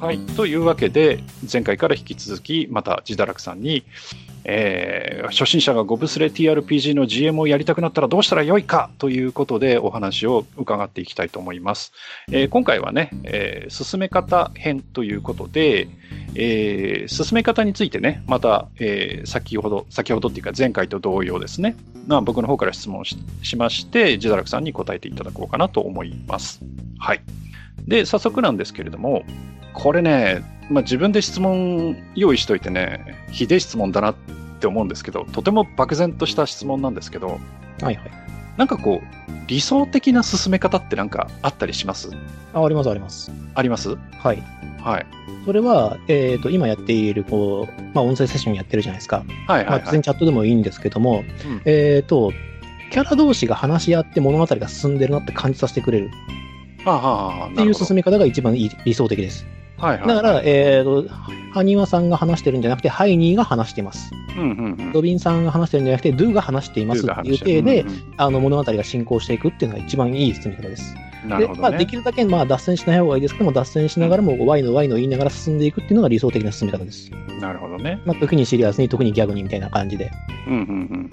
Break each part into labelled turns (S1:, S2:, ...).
S1: はい、というわけで前回から引き続きまた自堕落さんに、えー、初心者がゴブスレ TRPG の GM をやりたくなったらどうしたらよいかということでお話を伺っていきたいと思います、えー、今回はね、えー、進め方編ということで、えー、進め方についてねまた、えー、先ほど先ほどっていうか前回と同様ですね、まあ、僕の方から質問ししまして自堕落さんに答えていただこうかなと思いますはいで早速なんですけれどもこれね、まあ、自分で質問用意しといてねひでえ質問だなって思うんですけどとても漠然とした質問なんですけど
S2: はいはい
S1: なんかこう理想的な進め方ってなんかあったりします
S2: あありますあります
S1: あります
S2: はい
S1: はい
S2: それは、えっ、ー、と今やっているこう、まあ、音声セッションやってるじゃないですか、
S1: はいはい、はい、
S2: まあ、全チャットでもいいんですけども、うん、えっ、ー、とキャラ同士が話し合って物語が進んでるなって感じさせてくれるっていう進め方が一番理想的です。
S1: はいはい
S2: だから、えーと、ハニワさんが話してるんじゃなくて、ハイニーが話してます。
S1: うんうんうん、
S2: ドビンさんが話してるんじゃなくて、ドゥが話していますっていう体で、うんうん、あの物語が進行していくっていうのが一番いい進め方です。
S1: なるほど、ね、でまあ、
S2: できるだけまあ脱線しない方がいいですけども、脱線しながらも、ワイのワイの言いながら進んでいくっていうのが理想的な進め方です。
S1: なるほどね。
S2: まあ、時にシリアスに、時にギャグにみたいな感じで。
S1: うんうんうんうん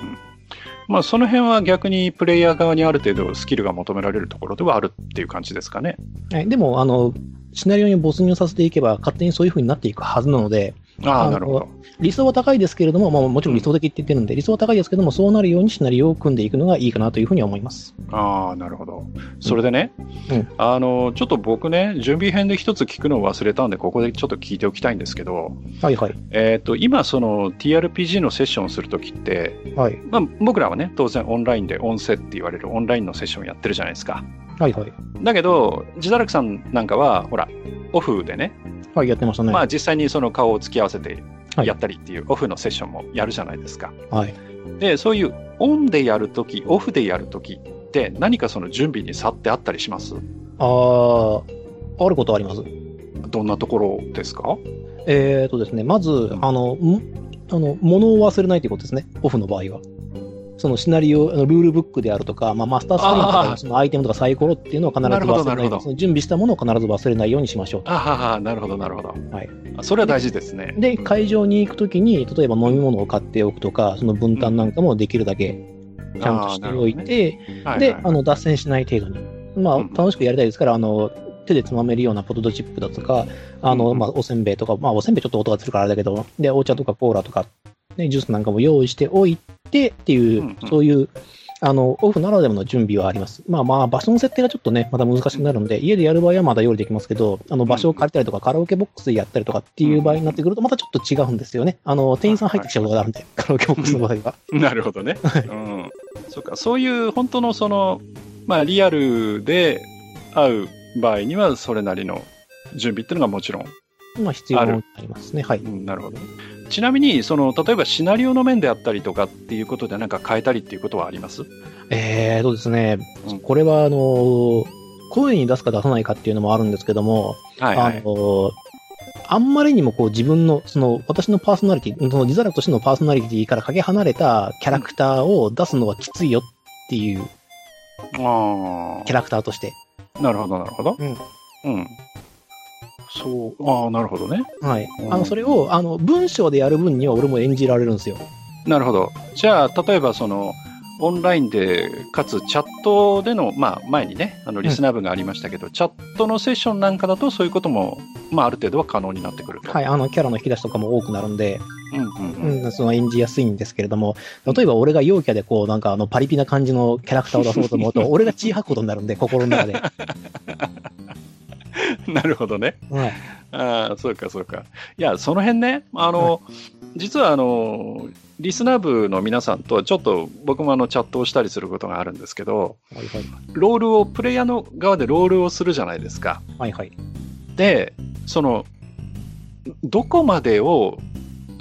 S1: まあ、その辺は逆にプレイヤー側にある程度スキルが求められるところではあるっていう感じですかね。
S2: はい、でもあの、シナリオに没入させていけば、勝手にそういうふうになっていくはずなので、
S1: あなるほど
S2: 理想は高いですけれども、まあ、もちろん理想的って言ってるんで、うん、理想は高いですけども、そうなるようにシナリオを組んでいくのがいいかなというふうに思います
S1: あなるほど、それでね、
S2: うん、
S1: あの、ちょっと僕ね、準備編で一つ聞くのを忘れたんで、ここでちょっと聞いておきたいんですけど、
S2: はいはい
S1: えーと、と今、その TRPG のセッションをするときって、
S2: はい
S1: まあ、僕らはね、当然オンラインで音声って言われるオンラインのセッションやってるじゃないですか。
S2: はいはい、
S1: だけど、自堕落さんなんかは、ほら、オフでね、
S2: はい、やってましたね。
S1: まあ、実際にその顔を付き合わせてやったりっていうオフのセッションもやるじゃないですか。
S2: はい、
S1: で、そういうオンでやるとき、オフでやるときって、何かその準備に差ってあったりします
S2: ああることあります。
S1: どんなところですか
S2: えっ、ー、とですね、まず、あの、あの物を忘れないということですね、オフの場合は。そのシナリオ、ルールブックであるとか、まあ、マスタースクリーンとかそのアイテムとかサイコロっていうのを必ず忘れないなその準備したものを必ず忘れないようにしましょう
S1: あははなるほど、なるほど、
S2: はい、
S1: それは大事ですね。
S2: で、うん、会場に行くときに、例えば飲み物を買っておくとか、その分担なんかもできるだけちゃんとしておいて、ねはいはいはい、であの脱線しない程度に。まあ、楽しくやりたいですから、あの手でつまめるようなポテトチップだとか、あのまあ、おせんべいとか、まあ、おせんべいちょっと音がするからあれだけど、でお茶とかコーラとかね、ジュースなんかも用意しておいてっていう、うんうん、そういう、あの、オフならではの準備はあります。まあまあ、場所の設定がちょっとね、また難しくなるので、家でやる場合はまだ用意できますけど、あの、場所を借りたりとか、カラオケボックスでやったりとかっていう場合になってくると、またちょっと違うんですよね。あの、店員さん入ってきちゃうことがあるんで、はい、カラオケボックスの場合は。
S1: なるほどね。はい。うん。そうか、そういう本当のその、まあ、リアルで会う場合には、それなりの準備っていうのがもちろん、
S2: まあ、必要になりますね。はい、うん
S1: なるほどちなみにその、例えばシナリオの面であったりとかっていうことで、なんか変えたりっていうことはあります
S2: えーとですね、うん、これはあの声に出すか出さないかっていうのもあるんですけども、
S1: はい、はい、あ
S2: のあんまりにもこう自分の、その私のパーソナリティ、その自堕としてのパーソナリティからかけ離れたキャラクターを出すのはきついよっていう、
S1: キャ
S2: ラクターとして。
S1: なるほど、なるほど。
S2: うん。
S1: うんそう、ああ、なるほどね。
S2: はい。あの、それを、あの、文章でやる分には俺も演じられるんですよ。
S1: なるほど。じゃあ、例えばその、オンラインで、かつチャットでの、まあ、前にね、あの、リスナー部がありましたけど、うん、チャットのセッションなんかだと、そういうことも、まあ、ある程度は可能になってくる
S2: はい、あの、キャラの引き出しとかも多くなるんで、
S1: うん、うん、うん、
S2: その演じやすいんですけれども、例えば俺が陽キャでこう、なんかあの、パリピな感じのキャラクターを出そうと 思うと、俺が血吐くことになるんで、心の中で。
S1: なるほどね。
S2: はい、
S1: ああ、そうか、そうか。いや、その辺ね、あの、はい、実は、あの、リスナー部の皆さんと、ちょっと僕もあのチャットをしたりすることがあるんですけど、
S2: はいはい、
S1: ロールを、プレイヤーの側でロールをするじゃないですか。
S2: はいはい。
S1: で、その、どこまでを、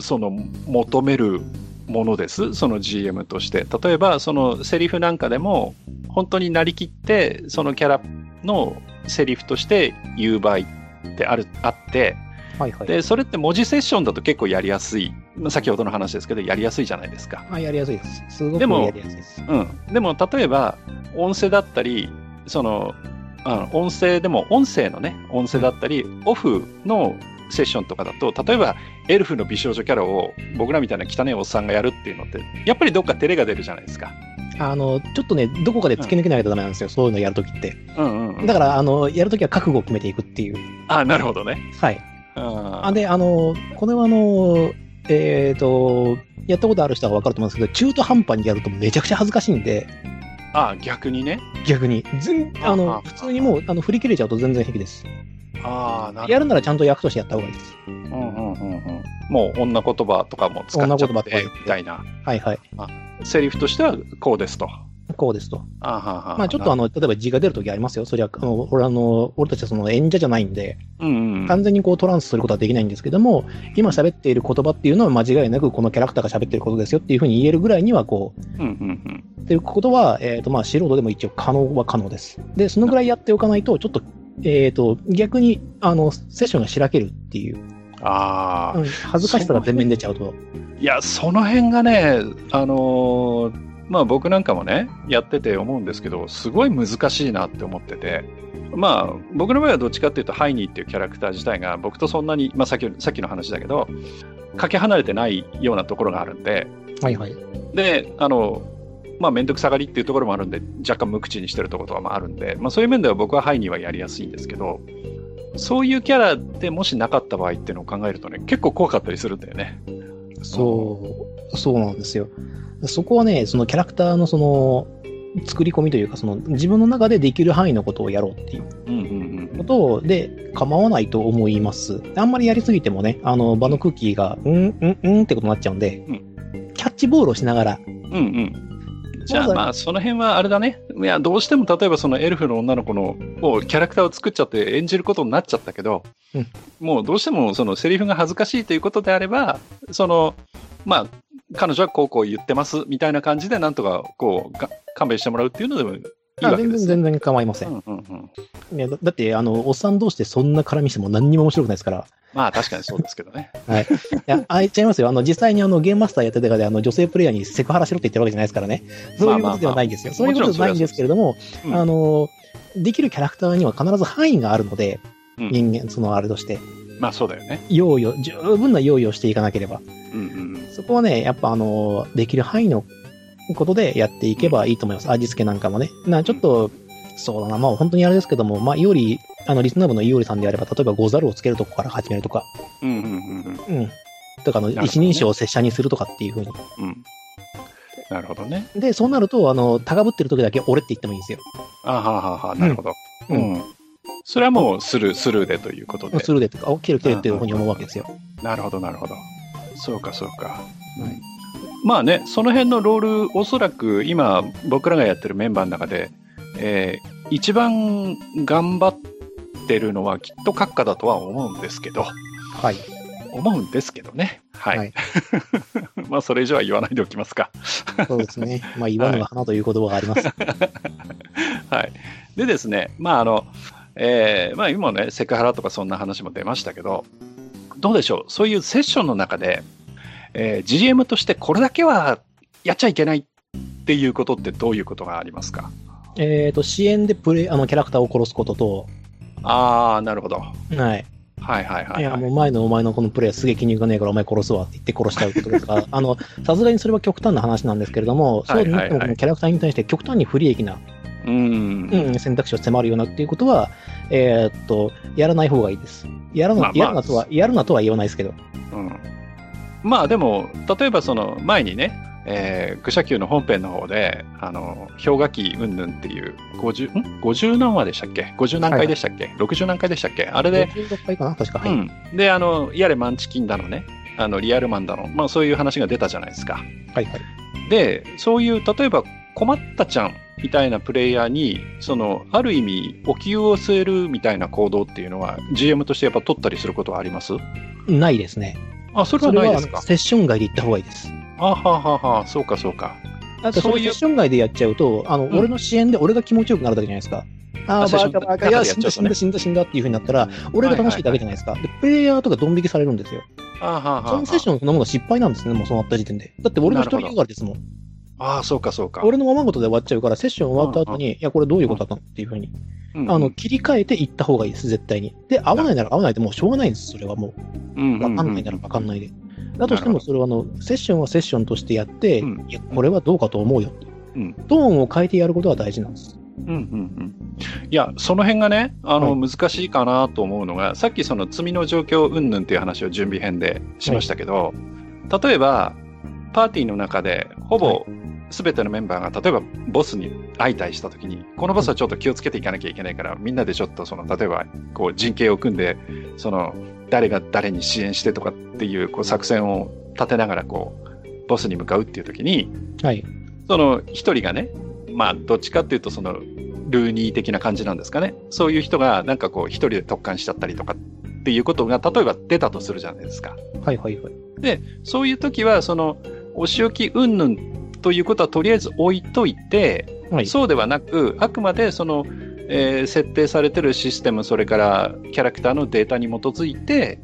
S1: その、求めるものです、その GM として。例えば、そのセリフなんかでも、本当になりきって、そのキャラのセリフとして言う場合ってあるあって、
S2: はいはい、
S1: でそれって文字セッションだと結構やりやすい先ほどの話ですけどやりやすいじゃないですか。
S2: あやりやすいですすごくやりやすいです。
S1: でも,、うん、でも例えば音声だったりそのあの音声でも音声のね音声だったり、オフのセッションとかだと例えばエルフの美少女キャラを僕らみたいな汚いおっさんがやるっていうのってやっぱりどっか照れが出るじゃないですか。
S2: あのちょっとね、どこかで突き抜けないとダメなんですよ、そういうのやるときって。
S1: うんうんうん
S2: だから、あのやるときは覚悟を決めていくっていう。
S1: あなるほどね。
S2: はい。
S1: あ
S2: あで、あの、これはあの、えっ、と、やったことある人は分かると思うんですけど、中途半端にやるとめちゃくちゃ恥ずかしいんで、
S1: あ逆にね。
S2: 逆に。全あ
S1: ああ
S2: の、普通にもう、あの振り切れちゃうと全然平気です。
S1: ああな
S2: や
S1: る
S2: るならちゃんと役としてやった方がいいです。
S1: ほど。うんうんうんうんもう女言葉とかも使っちゃ
S2: 女言葉
S1: っ
S2: とか
S1: て
S2: 言って
S1: みたいな。
S2: はいはい。
S1: セリフとしてはこうですと。
S2: こうですと。
S1: あはは
S2: まあちょっとあの、例えば字が出るときありますよ。そりゃ、あの、俺あの、俺たちはその演者じゃないんで、
S1: うんうん、
S2: 完全にこうトランスすることはできないんですけども、今喋っている言葉っていうのは間違いなくこのキャラクターが喋ってることですよっていうふうに言えるぐらいにはこう、
S1: うんうん
S2: っていうことは、えっ、とまあ素人でも一応可能は可能です。で、そのぐらいやっておかないと、ちょっと、えっ、と、逆に、あの、セッションがしらけるっていう、
S1: うん。ああ
S2: う、ん恥ずかしさが全面に出ちゃうと。
S1: いや、その辺がね、あのーまあ僕なんかもね、やってて思うんですけど、すごい難しいなって思ってて、まあ僕の場合はどっちかっていうと、ハイニーっていうキャラクター自体が僕とそんなに、まあさっきさっきの話だけど、かけ離れてないようなところがあるんで、
S2: はいはい。
S1: で、あの、まあ、面倒くさがりっていうところもあるんで、若干無口にしてるところとかもあるんで、まあ、そういう面では僕はハイにはやりやすいんですけど、そういうキャラでもしなかった場合っていうのを考えるとね、結構怖かったりするんだよね。
S2: そう、そうなんですよ。そこはね、そのキャラクターのその、作り込みというか、その自分の中でできる範囲のことをやろうっていう
S1: うんうん
S2: ことをで構わないと思います。あんまりやりすぎてもね、あの場の空気が、うん、うん、うんってことになっちゃうんで、
S1: う
S2: キャッチボールをしながら、
S1: うん。うんうん。じゃあまあその辺はあれだね。いや、どうしても例えばそのエルフの女の子の、もうキャラクターを作っちゃって演じることになっちゃったけど、
S2: うん
S1: もうどうしてもそのセリフが恥ずかしいということであれば、その、まあ、彼女はこうこう言ってますみたいな感じでなんとかこうが勘弁してもらうっていうのでもいい
S2: あ
S1: わけ
S2: 全
S1: で
S2: 然
S1: すね。
S2: 全然構いません。
S1: うんうんうん、
S2: ね、だだってあの、おっさん同士でそんな絡みしても何にも面白くないですから。
S1: まあ確かにそうですけどね。
S2: はい、いや、あ言っちゃいますよ。あの実際にあのゲームマスターやってたからであの女性プレイヤーにセクハラしろって言ってるわけじゃないですからね。そういうことではないんですよ。
S1: まあまあまあ
S2: そういうことじゃないんですけれども、
S1: ちろんそれは
S2: あの、できるキャラクターには必ず範囲があるので、
S1: うん
S2: 人間、そのあれとして、
S1: まあそうだよね。
S2: 用意を、十分な用意をしていかなければ。
S1: うんうん
S2: そこはね、やっぱあの、できる範囲のことでやっていけばいいと思います。味付けなんかもね。な、ちょっと、そうだな、まあ本当にあれですけども、まあ、いおり、あの、リスナー部のいおりさんであれば、例えばござるをつけるとこから始めるとか、
S1: うんうんうん
S2: うん。とか、あの、
S1: るほどね
S2: 一人称を拙者にするとかっていう風に。
S1: うんうん。なるほどね。
S2: で、そうなると、あの、高ぶってる時だけ俺って言ってもいいんですよ。
S1: あはははは、なるほど。
S2: う
S1: うんん。それはもうスルー、スルーでということで。
S2: するでとか、あ起きる起きるっていう風に思うわけですよ。
S1: なるほど、なるほど。そうか、そうか。うんまあね、その辺のロール、おそらく今、僕らがやってるメンバーの中で、えー一番頑張ってるのはきっと閣下だとは思うんですけど、
S2: はい。
S1: 思うんですけどね。はい。
S2: はい
S1: まあ、それ以上は言わないでおきますか。
S2: そうですね。 まあ、言わぬが花という言葉があり ます。
S1: はい、でですね、まああのえーまあ、今ね、セクハラとかそんな話も出ましたけど、どうでしょう、そういうセッションの中で、えー GM としてこれだけはやっちゃいけないっていうことって、どういうことがありますか
S2: えっと、支援でプレイ、あの、キャラクターを殺すことと、
S1: あー、なるほど。は
S2: はい。
S1: いはいはいい、
S2: や、
S1: は
S2: も
S1: い。
S2: う前のお前のこのプレイすげえ気に入らねえからお前殺すわって言って殺しちゃうこと とか、あの、さすがにそれは極端な話なんですけれども、そうでなくて
S1: はいはい
S2: も
S1: はい
S2: このキャラクターに対して極端に不利益な、
S1: う。
S2: うんん選択肢を迫るようなっていうことは、えーっと、やらない方がいいです。やらな、
S1: まあまあ
S2: やるなとは、やるなとは言わないですけど。
S1: うん、まあでも、例えばその前にね、えー、愚者級の本編の方で、あの、氷河期云々っていう、50、ん ?50 何話でしたっけ ?50 何回でしたっけ、?60 何回でしたっけあれで、
S2: 56回かな確か、は
S1: う
S2: い。
S1: ん、であのやれマンチキンだのねあのリアルマンだの、まあ、そういう話が出たじゃないですか
S2: はいはい。
S1: でそういう例えば困ったちゃんみたいなプレイヤーにそのある意味お灸を据えるみたいな行動っていうのは GM としてやっぱ取ったりすることはあります
S2: ないですね。
S1: あそれ
S2: そ
S1: は
S2: れ
S1: ない
S2: は
S1: で
S2: あ
S1: す
S2: の
S1: か
S2: セッション外で行った方がいいです。
S1: あははははそうかそうか
S2: だってそ
S1: そう
S2: れ
S1: いう
S2: セッション外でやっちゃうと、あの、
S1: うん
S2: 俺の支援で俺が気持ちよくなるだけじゃないですか。ああ、
S1: あセッショ
S2: バ
S1: ン
S2: カバカ、い
S1: 中でや
S2: や、
S1: っちゃ
S2: 死
S1: うん
S2: だ
S1: と
S2: 死
S1: ね
S2: んだ死んだ死んだっていうふうになったら、俺が楽しいだけじゃないですか。で、プレイヤーとかドン引きされるんですよ。
S1: あははは
S2: そのセッションそのものが失敗なんですね、もうそうなった時点で。だって俺の一人よがりですもん。
S1: ああ、そうか、そうか。
S2: 俺のままごとで終わっちゃうから、セッション終わった後に、いや、これどういうことだったのっていうふうに、
S1: うんうん
S2: あの、切り替えていった方がいいです、絶対に。で、合わないなら合わないで、もうしょうがないんです、それはも
S1: うんうんう
S2: う。
S1: ん
S2: わかんないならわかんないで。だとして
S1: なるほ
S2: も、
S1: ど
S2: それはあの、セッションはセッションとしてやって、
S1: うん
S2: いや、これはどうかと思うよ。
S1: うん
S2: トーンを変えてやることは大事なんです。
S1: うんうんうんいや、その辺がね、あの、難しいかなと思うのが、さっきその積みの状況云々っていう話を準備編でしましたけど、例えば、パーティーの中で、ほぼ全てのメンバーが、例えばボスに相対したときに、このボスはちょっと気をつけていかなきゃいけないから、みんなでちょっとその、例えば、こう、陣形を組んで、その、誰が誰に支援してとかっていう、こう、作戦を立てながら、こう、ボスに向かうっていうときに、
S2: はい。
S1: その一人がね、まあ、どっちかっていうと、そのルーニー的な感じなんですかね、そういう人がなんかこう、一人で突貫しちゃったりとかっていうことが、例えば出たとするじゃないですか。
S2: はいはいはい。
S1: そういう時は、その、お仕置き云々ということはとりあえず置いといて、
S2: はい。
S1: そうではなく、あくまでその、えー設定されてるシステム、それからキャラクターのデータに基づいて、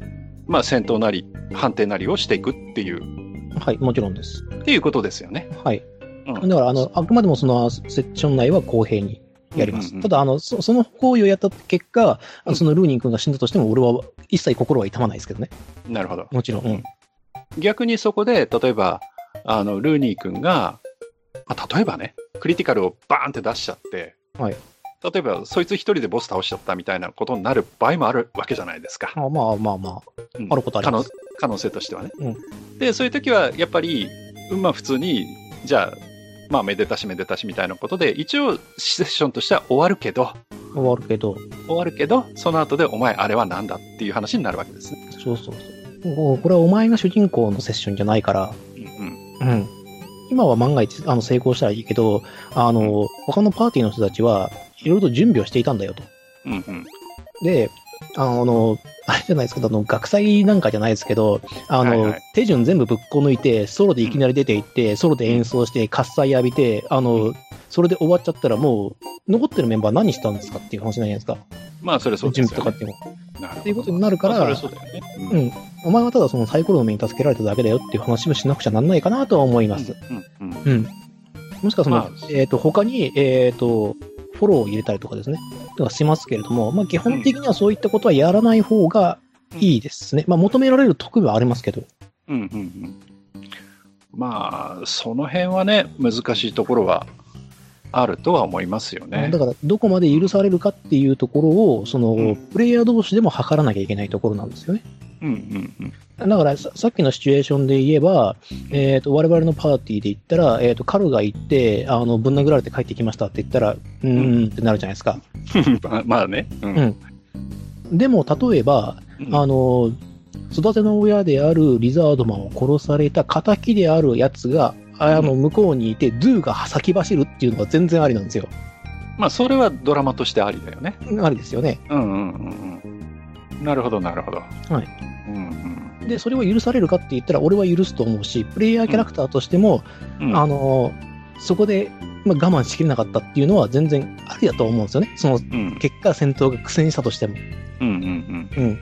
S1: まあ、戦闘なり、判定なりをしていくっていう、
S2: はい、もちろんです。
S1: っていうことですよね。
S2: はい。
S1: うん
S2: だから、あの、あくまでもその、セッション内は公平にやりま
S1: うん
S2: す。
S1: うんうん
S2: ただ、あの、そその行為をやった結果、あ
S1: うん
S2: のそのルーニン君が死んだとしても、俺は一切心は痛まないですけどね。
S1: なるほど。
S2: もちろん。うん。
S1: 逆にそこで例えばあのルーニー君が、まあ、例えばねクリティカルをバーンって出しちゃって、
S2: はい
S1: 例えばそいつ一人でボス倒しちゃったみたいなことになる場合もあるわけじゃないですか、
S2: あまあまあまあ。
S1: うん
S2: あることあります
S1: 可能可能性としてはね、
S2: う
S1: でそういう時はやっぱり、うんまあ、普通にじゃあまあめでたしめでたしみたいなことで一応セッションとしては終わるけど
S2: 終わるけど、
S1: 終わるけどその後でお前あれは何だっていう話になるわけですね、
S2: そうそうそう。もうこれはお前が主人公のセッションじゃないから、
S1: うん
S2: うん。今は万が一あの成功したらいいけど、あの、他のパーティーの人たちはいろいろと準備をしていたんだよと。
S1: うん、うんうん
S2: で、あの、あれじゃないですけど、あの、学祭なんかじゃないですけど、あの、
S1: はいはい
S2: 手順全部ぶっこ抜いて、ソロでいきなり出て行って、ソロで演奏して、喝采浴びて、あの、それで終わっちゃったらもう、残ってるメンバー何したんですかっていう話じゃないですか。
S1: まあそれそうです
S2: 準
S1: よ、ね、
S2: 備とかっていうの
S1: なるほ
S2: は
S1: ど
S2: っていうことになるから
S1: まあそれはそうだよねうん
S2: うん。お前はただそのサイコロの目に助けられただけだよっていう話もしなくちゃなんないかなとは思います。
S1: うんうん
S2: うん。もしくはその、
S1: まあ
S2: えっ、と、他に、えっ、と、フォローを入れたりとかですね。とかしますけれども、まあ基本的にはそういったことはやらない方がいいですね。まあ求められる特技はありますけど。
S1: うんうんうんまあその辺はね難しいところはあるとは思いますよね
S2: だ。から、どこまで許されるかっていうところを、その、
S1: うん
S2: プレイヤー同士でも測らなきゃいけないところなんですよね。
S1: うんうんうん
S2: だからさ、さっきのシチュエーションで言えば、えっ、と、我々のパーティーで言ったら、えっ、と、カルが行って、あの、ぶん殴られて帰ってきましたって言ったら、うーんってなるじゃないですか。
S1: まあまあね。うん
S2: でも、例えば、
S1: うん
S2: あの、育ての親であるリザードマンを殺された仇であるやつが、あの、
S1: う
S2: 向こうにいて、ドゥが先走るっていうのは全然ありなんですよ。
S1: まあそれはドラマとしてありだよね。
S2: ありですよね。。
S1: うんうんうんうん。なるほどなるほど。はいうん
S2: で、それは許されるかって言ったら、俺は許すと思うし、プレイヤーキャラクターとしても、
S1: うん。
S2: あの、そこで、まあ、我慢しきれなかったっていうのは全然ありだと思うんですよね。その
S1: うん
S2: 結果、戦闘が苦戦したとしても。
S1: うんうんうん。
S2: うん。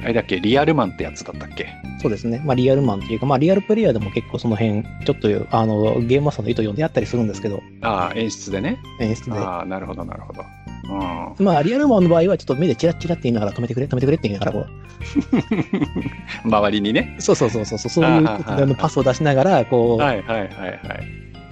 S1: あれだっけリアルマンってやつだったっけ
S2: そうですね。まあ、リアルマンというか、まあ、リアルプレイヤーでも結構その辺、ちょっと、あの、ゲームマスターの意図を読んでやったりするんですけど、
S1: ああ演出でね。
S2: 演出で。
S1: ああなるほどなるほど。うん
S2: まあ、リアルマンの場合は、ちょっと目でチラッチラって言いながら、止めてくれ、止めてくれって言いながら、こ
S1: 周りにね。
S2: う、そうそうそうそう、そういう
S1: あー
S2: あのパスを出しながら、こ
S1: はいはいはいはい。
S2: う、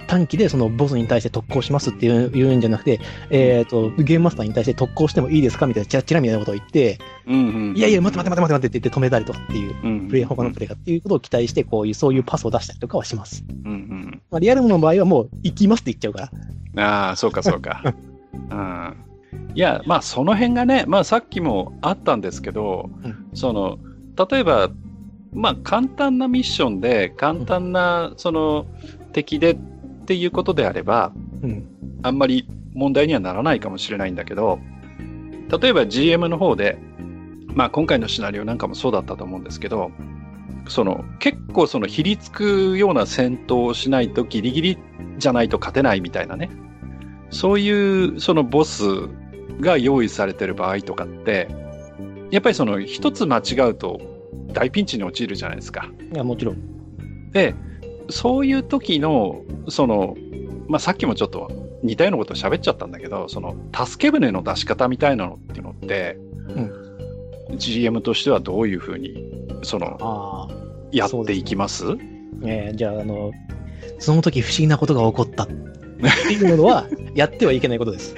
S2: 短期でそのボスに対して特攻しますっていう言うんじゃなくて、えっと、ゲームマスターに対して特攻してもいいですかみたいな、チラッチラみたいなことを言って、
S1: うんうん。
S2: いやいや、待って待って待って待ってって言って止めたりとかっていう、
S1: うん
S2: プレイ、他のプレイがっていうことを期待して、こういう、そういうパスを出したりとかはします。
S1: うん
S2: まあ、リアルマンの場合はもう、行きますって言っちゃうから。
S1: うん、ああそうかそう か。うん、いやまあその辺がね、まあ、さっきもあったんですけど、
S2: うん
S1: その例えば、まあ、簡単なミッションで簡単なその敵でっていうことであれば
S2: うん。
S1: あんまり問題にはならないかもしれないんだけど例えば GM の方で、まあ、今回のシナリオなんかもそうだったと思うんですけどその結構そのひりつくような戦闘をしないとギリギリじゃないと勝てないみたいなねそういうそのボスが用意されてる場合とかってやっぱりその一つ間違うと大ピンチに陥るじゃないですか。
S2: いや、もちろん。
S1: でそういう時の、その、まあ、さっきもちょっと似たようなことを喋っちゃったんだけど、その、助け舟の出し方みたいなのっていうのって、うん、GM としてはどういうふうに、その、やっていきます
S2: ね、えー、じゃあ、あの、その時不思議なことが起こったっていうのは、やってはいけないことです。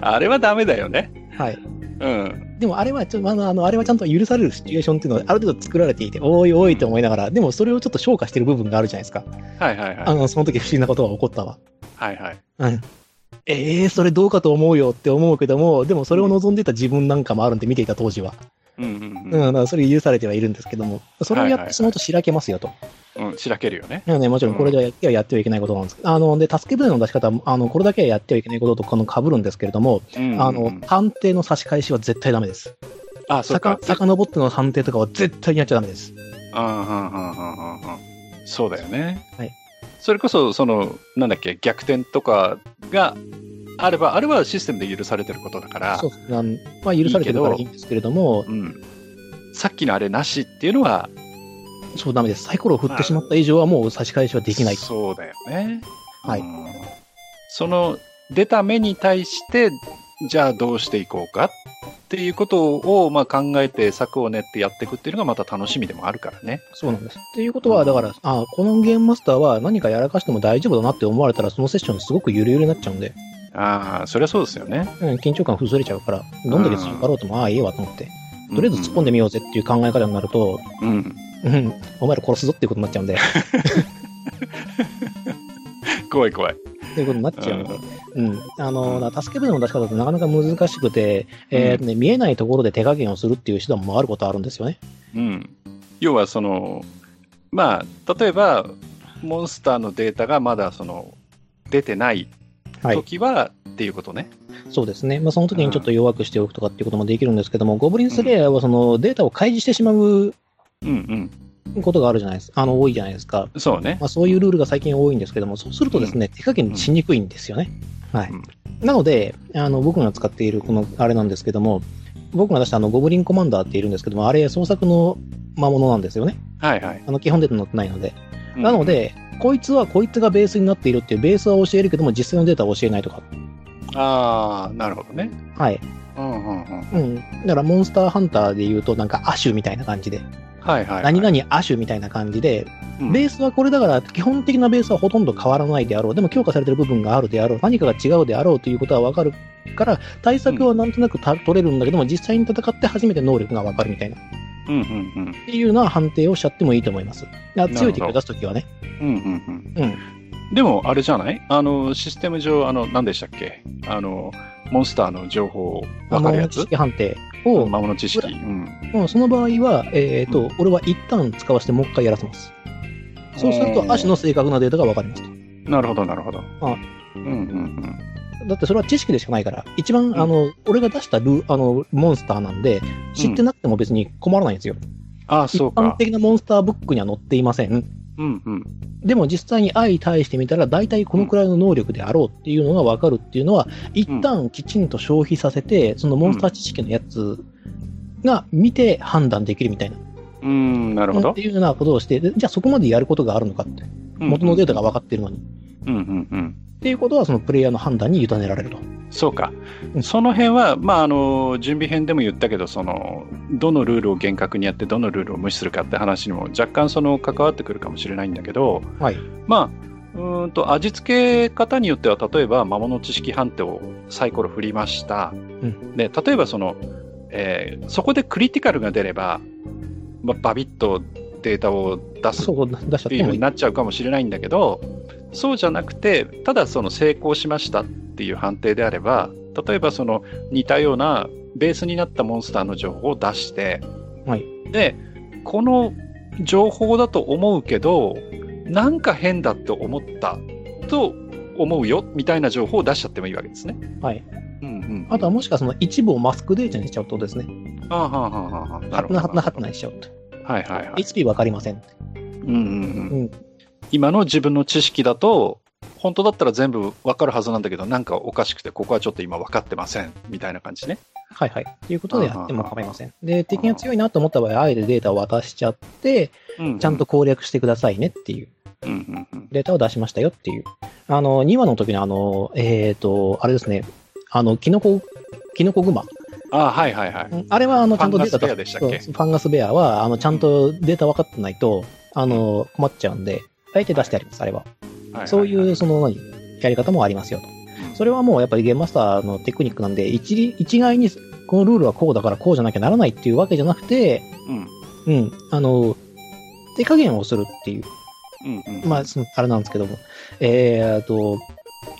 S1: あれはダメだよね。
S2: はい。
S1: うん。
S2: でもあれはちょあの、あの、あれはちゃんと許されるシチュエーションっていうのは、ある程度作られていて、おいおいと思いながら、でもそれをちょっと消化してる部分があるじゃないですか。
S1: はいはいはい。
S2: あの、その時不思議なことが起こったわ。
S1: はいはい。
S2: うん。ええー、それどうかと思うよって思うけども、でもそれを望んでた自分なんかもあるんで、見ていた当時は。
S1: うんうんうん。うん、だから
S2: それ許されてはいるんですけども、それをやってしまうとしらけますよと。
S1: うん、しらけるよね。
S2: ねもちろんこれではやってはやってはいけないことなんですけど、うん、あの、で、助け舟の出し方あの、これだけはやってはいけないこととかの被るんですけれども、うんうんうん、あの、判定の差し返しは絶対ダメです。
S1: あ、そうか。
S2: さかのぼっての判定とかは絶対にやっちゃダメです。
S1: ああ、はんはんはんはんはん。そうだよね。
S2: はい。
S1: それこそ、その、なんだっけ、逆転とかが、あれば、あれはシステムで許されてることだから。
S2: そうなん、まあ、許されてるからいいんですけれども、
S1: うん、さっきのあれなしっていうのは、
S2: そうダメです。サイコロを振ってしまった以上はもう差し返しはできない。
S1: そうだよね。
S2: はい。
S1: その出た目に対して、じゃあどうしていこうかっていうことをまあ考えて策を練ってやっていくっていうのがまた楽しみでもあるからね。
S2: そうなんです。っていうことは、だから、うん、あこのゲームマスターは何かやらかしても大丈夫だなって思われたら、そのセッションすごくゆるゆるになっちゃうんで。
S1: ああ、そりゃそうですよね。
S2: うん、緊張感崩れちゃうから、どんだけ強かろうとも、うん、ああ、いいわと思って。とりあえず突っ込んでみようぜっていう考え方になると、
S1: うん、うん
S2: うん、お前ら殺すぞっていうことになっちゃうん で
S1: 怖い怖い。
S2: ということになっちゃうので、うん、あの、助け舟の出し方ってなかなか難しくて、うん、えー、ね、見えないところで手加減をするっていう手段もあることあるんですよね。
S1: うん、要はその、まあ、例えば、モンスターのデータがまだその出てない時は、はい、っていうことね。
S2: そうですね、まあ、その時にちょっと弱くしておくとかっていうこともできるんですけども、ゴブリンスレイヤーはそのデータを開示してしまう
S1: うんうん、
S2: ことがあるじゃないですか。あの、多いじゃないですか。
S1: そうね。
S2: まあ、そういうルールが最近多いんですけども、そうするとですね、うん、手加減しにくいんですよね。はい。うん、なので、あの、僕が使っているこの、あれなんですけども、僕が出したあの、ゴブリンコマンダーっているんですけども、あれ、創作の魔物なんですよね。
S1: はいはい。
S2: あの、基本データ載ってないので。うん、なので、こいつはこいつがベースになっているっていう、ベースは教えるけども、実際のデータは教えないとか。
S1: ああ、なるほどね。
S2: はい。
S1: うんうん
S2: うん。うん。だから、モンスターハンターで言うと、なんか、アシュみたいな感じで。、
S1: はいはい、はい
S2: 何々亜種みたいな感じで、ベースはこれだから、基本的なベースはほとんど変わらないであろう、でも強化されてる部分があるであろう、何かが違うであろうということは分かるから、対策はなんとなくた、取れるんだけども、実際に戦って初めて能力が分かるみたいな。
S1: うんうんうん、って
S2: いうような判定をしちゃってもいいと思います。強い敵を出すときはね。
S1: うんうん、
S2: うん。うん
S1: でも、あれじゃないあの、システム上、あの、何でしたっけあの、モンスターの情報分かるやつ。
S2: 知識判定を。。
S1: 魔物知識。うん
S2: その場合は、えっ、ー、と、うん、俺は一旦使わせてもう一回やらせます。そうすると、足の正確なデータが分かりますと。
S1: なるほど、なるほど。
S2: あ
S1: うんうん
S2: うん。だってそれは知識でしかないから、一番、うん、あの、俺が出したルあのモンスターなんで、知ってなくても別に困らないんですよ。うん、
S1: ああ、そうか。
S2: 一般的なモンスターブックには載っていません。
S1: うんうん、
S2: でも実際に相対してみたら、大体このくらいの能力であろうっていうのが分かるっていうのは、一旦きちんと消費させて、そのモンスター知識のやつが見て判断できるみたいな。
S1: うん、なるほど。
S2: っていうようなことをして、じゃあそこまでやることがあるのかって。元のデータが分かってるのに。
S1: うんうんうん。
S2: っていうことは、そのプレイヤーの判断に委ねられると。
S1: そうか。その辺は、まあ、あの、準備編でも言ったけど、その、どのルールを厳格にやって、どのルールを無視するかって話にも若干その関わってくるかもしれないんだけど、
S2: はい。
S1: まあ、うんと、味付け方によっては、例えば、魔物知識判定をサイコロ振りました。うん、で、例えばその、えー、そこでクリティカルが出れば、まあ、バビッとデータを出すっていうふうになっちゃうかもしれないんだけど、そうじゃなくて、ただその成功しましたっていう判定であれば、例えばその似たようなベースになったモンスターの情報を出して、
S2: はい、
S1: で、この情報だと思うけど、なんか変だって思ったと思うよみたいな情報を出しちゃってもいいわけですね。
S2: はい。
S1: うんうん、
S2: あとはもしかその一部をマスクデータにしちゃうとですね。
S1: ああ、はあ、はあ、はあ。
S2: はなはなはなにしちゃうと。
S1: はいはいはい。
S2: HP 分かりません。
S1: うんうんうん。うん、今の自分の知識だと、本当だったら全部分かるはずなんだけど、なんかおかしくて、ここはちょっと今分かってません、みたいな感じね。
S2: はいはい。ということでやっても構いません。で、敵が強いなと思った場合、あえてデータを渡しちゃって、ちゃんと攻略してくださいねっていう。
S1: うんうんうん
S2: データを出しましたよっていう。あの、2話の時のあの、えっ、と、あれですね、あの、キノコ、キノコグマ。
S1: ああ、はいはいはい。
S2: あれはあの、ちゃんとデータ
S1: ファンガスベアでしたっけ
S2: そうファンガスベアは、あの、ちゃんとデータ分かってないと、あの、困っちゃうんで、あえて出してあります、あれは。
S1: ははは
S2: そういう、その、何やり方もありますよと。それはもうやっぱりゲームマスターのテクニックなんで、一理一概にこのルールはこうだからこうじゃなきゃならないっていうわけじゃなくて、
S1: うん
S2: うん、あの、手加減をするっていう。
S1: うんうん
S2: まあ、そのあれなんですけども、えー、と、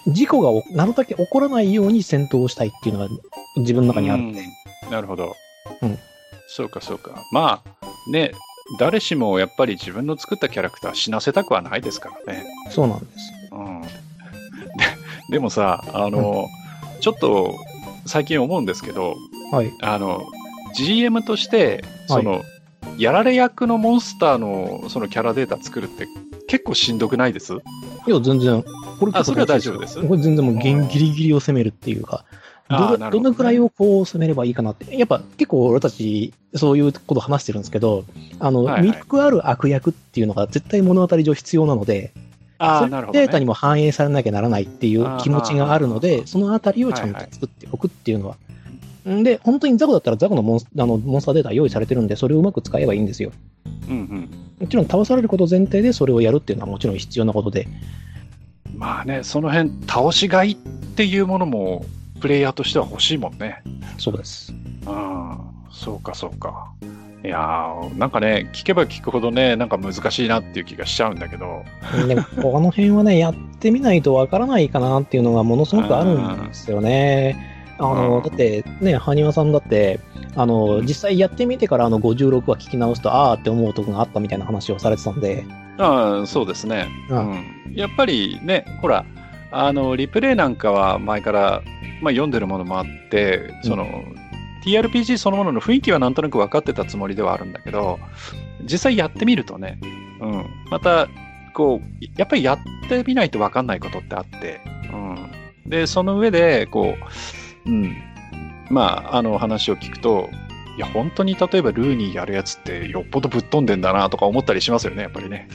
S2: 事故がおなるだけ起こらないように戦闘をしたいっていうのが自分の中にあるんで、
S1: うんなるほど、
S2: うん
S1: そうかそうかまあね誰しもやっぱり自分の作ったキャラクター死なせたくはないですからね、
S2: そうなんです。
S1: うん、ででもさあの、ちょっと最近思うんですけど
S2: はい。
S1: あの GM としてその、やられ役のモンスターのそのキャラデータ作るって結構しんどくないです
S2: いや、全然、これ
S1: あそれは大丈夫です
S2: これ全然もうギンギリギリを攻めるっていうか、
S1: あ
S2: ど
S1: ー
S2: れ
S1: なるほどね
S2: どのくらいをこう攻めればいいかなって、やっぱ結構俺たち、そういうこと話してるんですけど、あの、
S1: はいはい
S2: 魅力ある悪役っていうのが絶対物語上必要なので、
S1: あ
S2: そ
S1: あ
S2: れ
S1: なるほど、ね、
S2: データにも反映されなきゃならないっていう気持ちがあるの
S1: あー
S2: で、そのあたりをちゃんと作っておくっていうのは。んで、本当にザコだったらザコのモンスあのモンスターデータ用意されてるんで、それをうまく使えばいいんですよ。
S1: うん
S2: もちろん倒されること前提でそれをやるっていうのはもちろん必要なことで、
S1: うん、まあねその辺倒しがいっていうものもプレイヤーとしては欲しいもんね
S2: そうです。
S1: ああ、そうかそうか。いやーなんかね、聞けば聞くほどね、なんか難しいなっていう気がしちゃうんだけど、
S2: でも、この辺はね、やってみないとわからないかなっていうのがものすごくあるんですよね。あ
S1: う
S2: の、
S1: ん
S2: だって、ね、埴輪さんだって、あの、実際やってみてからあの56話聞き直すと、あーって思うとこがあったみたいな話をされてたんで、
S1: ああ、そうですね、
S2: う
S1: うんやっぱりね、ほら、あのリプレイなんかは前から、まあ、読んでるものもあって、その、TRPG そのものの雰囲気はなんとなく分かってたつもりではあるんだけど、実際やってみるとね、うん、また、こう、やっぱりやってみないと分かんないことってあって、うん、で、その上で、こう、うん、まあ、あの話を聞くと、いや、本当に例えばルーニーやるやつってよっぽどぶっ飛んでんだなとか思ったりしますよね、やっぱりね。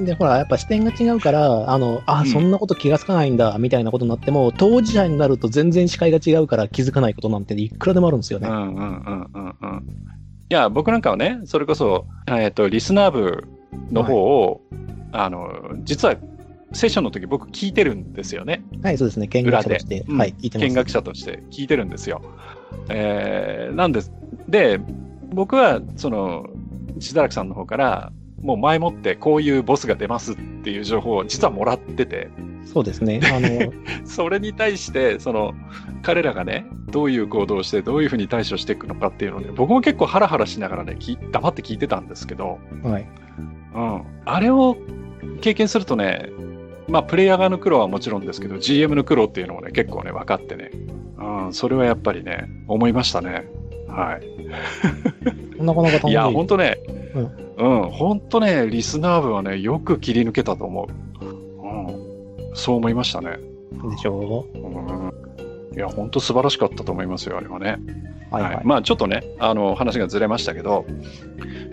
S2: で、ほら、やっぱ視点が違うから、あの、あ、
S1: うん
S2: そんなこと気がつかないんだ、みたいなことになっても、当事者になると全然視界が違うから気づかないことなんていくらでもあるんですよ
S1: う
S2: ね。
S1: んうんうんうんうん。いや、僕なんかはね、それこそ、えっ、と、リスナー部の方を、あの、実は、セッションの時僕聞いてるんですよね。
S2: はい、そうですね。見学者として
S1: 裏、で
S2: は
S1: う
S2: い、
S1: ん
S2: 聞いてます。
S1: 見学者として聞いてるんですよ。えーなんです。で、僕は、その、しだらくさんの方から、もう前もってこういうボスが出ますっていう情報を実はもらってて、
S2: そうですね。あの、
S1: それに対して、その、彼らがね、どういう行動をして、どういうふうに対処していくのかっていうので、僕も結構ハラハラしながらね、聞い黙って聞いてたんですけど、
S2: はい。
S1: うん。あれを経験するとね、まあ、プレイヤー側の苦労はもちろんですけど、GM の苦労っていうのもね、結構ね、分かってね、うん、それはやっぱりね、思いましたね。はい。
S2: なかなか楽しい。
S1: いや、ほんとね、
S2: う
S1: うん、ほんとね、リスナー部はね、よく切り抜けたと思う。うん。そう思いましたね。
S2: でしょ
S1: うんいや、本当素晴らしかったと思いますよ、あれはね。
S2: う。はいはい。
S1: まあ、ちょっとね、あの話がずれましたけど、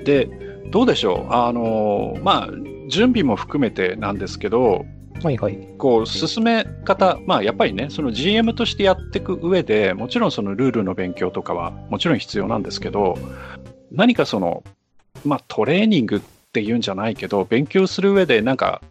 S1: で、どうでしょう、あのまあ、準備も含めてなんですけど、
S2: はいはい。
S1: こう進め方、まあ、やっぱりね、その GM としてやっていく上でもちろんそのルールの勉強とかはもちろん必要なんですけど、何かその、まあ、トレーニングっていうんじゃないけど、勉強する上で、なんか、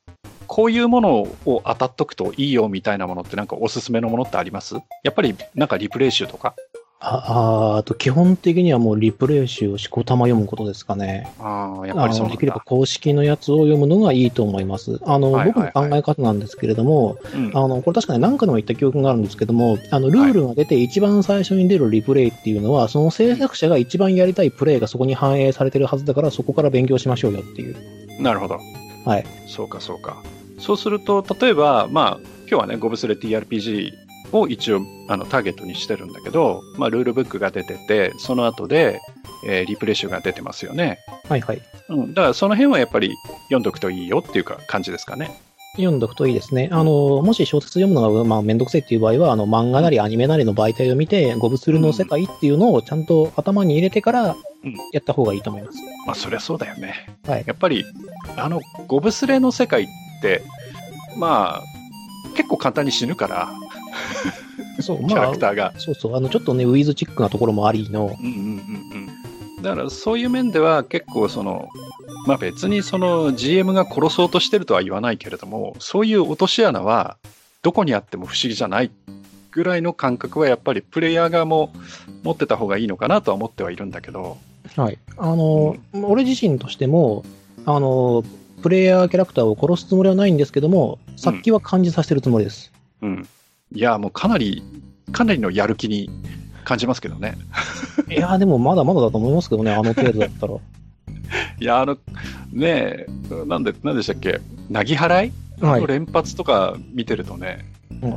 S1: こういうものを当たっとくといいよみたいなものって、なんかおすすめのものってありますやっぱりなんかリプレイ集とか。
S2: あ、あーあと、基本的にはもうリプレイ集をしこたま読むことですかね。
S1: ああ、やっ
S2: あ
S1: ぱりそう
S2: の
S1: なん
S2: できれば
S1: だ。
S2: 公式のやつを読むのがいいと思います。あの、
S1: はいはいはい
S2: 僕の考え方なんですけれども、
S1: うん
S2: あの、これ確かに何かの言った記憶があるんですけども、あの、ルールが出て一番最初に出るリプレイっていうのは、その制作者が一番やりたいプレイがそこに反映されてるはずだから、そこから勉強しましょうよっていう。
S1: なるほど。
S2: はい。
S1: そうか、そうか。そうすると、例えば、まあ、今日はね、ゴブスレ TRPG を一応あのターゲットにしてるんだけど、まあ、ルールブックが出てて、その後で、えーリプレイ集が出てますよね。
S2: はいはい。
S1: うん、だから、その辺はやっぱり読んどくといいよっていうか感じですかね。
S2: 読んどくといいですね。あの、もし小説読むのが、まあ、めんどくせえっていう場合は、あの、漫画なりアニメなりの媒体を見て、ゴブスルの世界っていうのをちゃんと頭に入れてから
S1: うん、
S2: やった方がいいと思います。
S1: まあ、そりゃそうだよね。
S2: はい
S1: やっぱり、あの、ゴブスレの世界って、まあ、結構簡単に死ぬから、
S2: そう、
S1: キャラ
S2: ま
S1: クターが
S2: あ、。そうそう、あの、ちょっとね、ウィズチックなところもありの、
S1: うんうんうんうん。だから、そういう面では結構、その、まあ別にその GM が殺そうとしてるとは言わないけれども、そういう落とし穴は、どこにあっても不思議じゃないぐらいの感覚はやっぱりプレイヤー側も持ってた方がいいのかなとは思ってはいるんだけど、
S2: はい。あの、俺自身としても、あの、プレイヤーキャラクターを殺すつもりはないんですけども、殺気は感じさせてるつもりです。
S1: うん。いや、もうかなり、かなりのやる気に感じますけどね。
S2: いやー、でもまだまだだと思いますけどね、あの程度だ ったら。
S1: いや、あの、ねえ、なんで、なんでしたっけ、なぎ払い
S2: は
S1: の
S2: い。
S1: 連発とか見てるとね、
S2: うん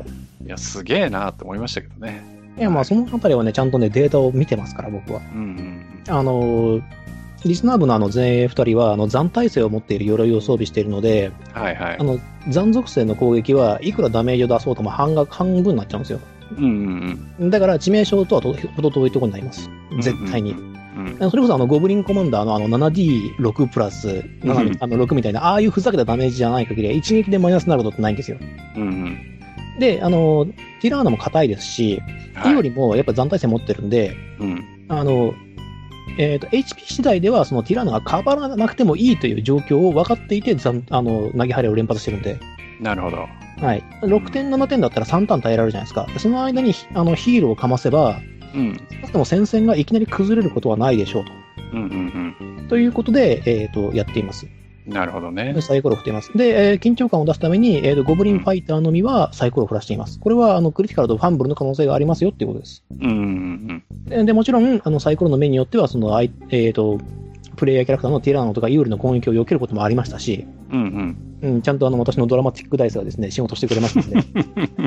S1: いや、すげえなって思いましたけどね。
S2: いや、まあ、そのあたりはね、ちゃんとね、データを見てますから、僕は。
S1: うんうん
S2: あのーリスナー部のあの前衛2人はあの残耐性を持っている鎧を装備しているので、
S1: うん。はいはい
S2: あ。の残属性の攻撃はいくらダメージを出そうとも半額半分になっちゃうんですよ。
S1: うんうん
S2: だから致命傷とはとほど遠いところになります
S1: うん。。
S2: 絶対に
S1: う。ん
S2: あのそれこそあのゴブリンコマンダーのあの 7D6 プラス7
S1: うん
S2: あの6みたいな、ああいうふざけたダメージじゃない限りは一撃でマイナスになることってないんですよ。
S1: うん。うん
S2: で、あの、ティラーナも硬いですし、
S1: うん。
S2: い、よりもやっぱ残耐性持ってるんで、
S1: うん。
S2: あの、えっ、と、HP 次第では、そのティラノがかばらなくてもいいという状況を分かっていて、ざんあの、投げ張りを連発してるんで、
S1: なるほど。
S2: はい。6点、7点だったら3ターン耐えられるじゃないですか。その間に、あの、ヒーローをかませば、
S1: うん。
S2: 少なくとも戦線がいきなり崩れることはないでしょう
S1: うんうんうん。
S2: と。ということで、えっ、と、やっています。
S1: なるほどね。
S2: サイコロを振っています。で、えー緊張感を出すために、えっ、と、ゴブリンファイターのみはサイコロを振らしています。これは、あの、クリティカルとファンブルの可能性がありますよっていうことです。
S1: うんうん
S2: で、でもちろん、あの、サイコロの目によっては、その、あいえーと、プレイヤーキャラクターのティラノとか有利の攻撃を避けることもありましたし、
S1: うん。うんうん。
S2: うん、ちゃんとあの、私のドラマティックダイスがですね、仕事してくれますので、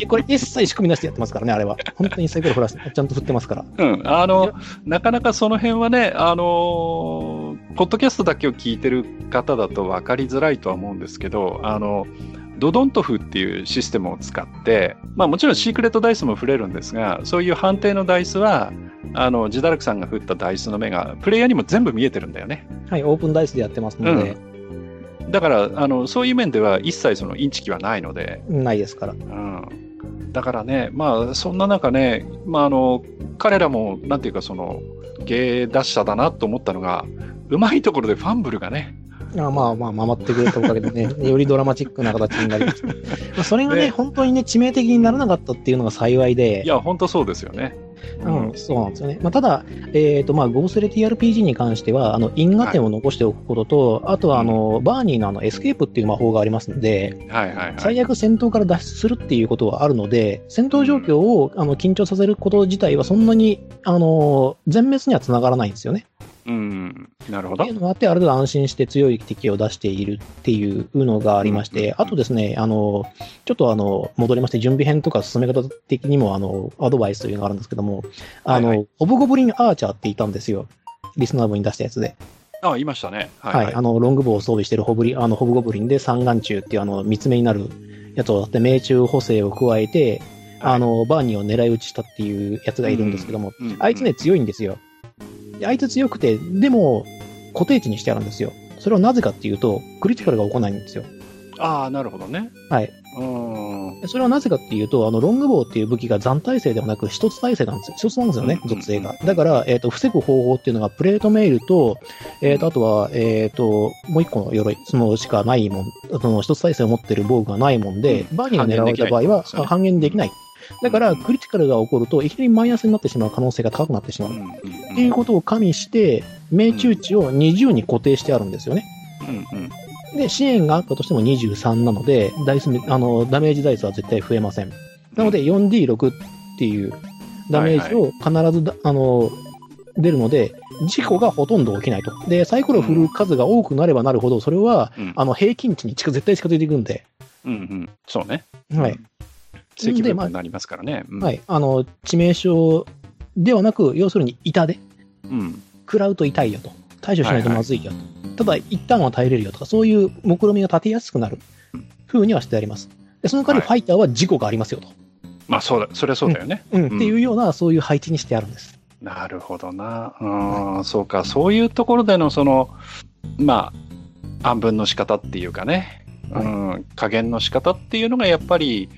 S2: えこれ一切仕組みなしでやってますからね、あれは。本当にサイコロ振らして、ちゃんと振ってますから。
S1: うん。あの、なかなかその辺はね、あのーポッドキャストだけを聞いてる方だと分かりづらいとは思うんですけど、あの、ドドントフっていうシステムを使って、まあもちろんシークレットダイスも触れるんですが、そういう判定のダイスは、あの、ジダラクさんが振ったダイスの目が、プレイヤーにも全部見えてるんだよね。
S2: はい、オープンダイスでやってますので、
S1: だから、あの、そういう面では一切そのインチキはないので、
S2: ないですから。
S1: うんだからね、まあ、そんな中ね、まあ、あの彼らもなんていうかその芸達者だなと思ったのがうまいところでファンブルがね、
S2: あまあまあ、守ってくれたおかげでね、よりドラマチックな形になります。まあそれがね、
S1: ね
S2: 本当にね、致命的にならなかったっていうのが幸いで。
S1: いや、本当そうですよね。
S2: うん、そうなんですよね。まあ、ただ、えっ、と、まあ、ゴブスレ TRPG に関しては、あの、因果点を残しておくことと、あとは、あの、バーニーのあの、エスケープっていう魔法がありますので、
S1: はいはいはい。
S2: 最悪戦闘から脱出するっていうことはあるので、戦闘状況を、あの、緊張させること自体はそんなに、あの、全滅にはつながらないんですよね。
S1: うん、なるほ
S2: っ
S1: ど
S2: てい。うのがあって、ある程度安心して強い敵を出しているっていうのがありまし
S1: うんうん
S2: て
S1: う、ん
S2: あとですね、あの、ちょっとあの、戻りまして、準備編とか進め方的にも、あの、アドバイスというのがあるんですけども、あ
S1: はいは
S2: の、ホブゴブリンアーチャーっていたんですよ。リスナー部に出したやつで。
S1: あ、いましたね。は、
S2: はいい。
S1: はい
S2: あの、ロングボウを装備してるホブリ、あの、ホブゴブリンで三眼中っていう、あの、三つ目になるやつをやって、命中補正を加えて、あ、の、バーニーを狙い撃ちしたっていうやつがいるんですけども、
S1: うん
S2: あいつね、、強いんですよ。であいつ強くて、でも、固定値にしてあるんですよ。それはなぜかっていうと、クリティカルが起こないんですよ。
S1: ああ、なるほどね。
S2: はい。
S1: うん。
S2: それはなぜかっていうと、あの、ロングボウっていう武器が残耐性ではなく、一つ耐性なんですよ。一つなんですよね、
S1: うん
S2: 属性が。だから、えっ、と、防ぐ方法っていうのが、プレートメールと、えっ、と、あとは、えっ、と、もう一個の鎧、そのしかないもん、その一つ耐性を持ってる防具がないもんで、
S1: う
S2: バーニーが狙われた場合は、あ
S1: 半
S2: 半減できない。だから、クリティカルが起こると、いきなりマイナスになってしまう可能性が高くなってしまう
S1: う。んうん
S2: っていうことを加味して、命中値を20に固定してあるんですよね。
S1: うんうん
S2: で、支援があったとしても23なので、ダイスめ、あの、ダメージダイスは絶対増えません。なので、4D6 っていうダメージを必ずだ、あの、出るので、事故がほとんど起きないと。で、サイコロを振る数が多くなればなるほど、それは、
S1: うん
S2: あの、平均値に近絶対近づいていくんで、
S1: うんうんそうね。
S2: はい。。
S1: 積
S2: で
S1: 分
S2: まあ
S1: になりますからね。うん
S2: はい。あの、致命傷ではなく、要するに痛で、
S1: うん。
S2: 食らうと痛いよと。対処しないとまずいよと。ただ、一旦は耐えれるよとか、そういう目論見みが立てやすくなる。風にはしてあります。でその代わりファイターは事故がありますよと。
S1: まあそうだ、それはそうだよね。
S2: うん、っていうような、そういう配置にしてあるんです。
S1: なるほどな。うん、そうか。そういうところでの、その、まあ、安分の仕方っていうかね、うん、加減の仕方っていうのが、やっぱり、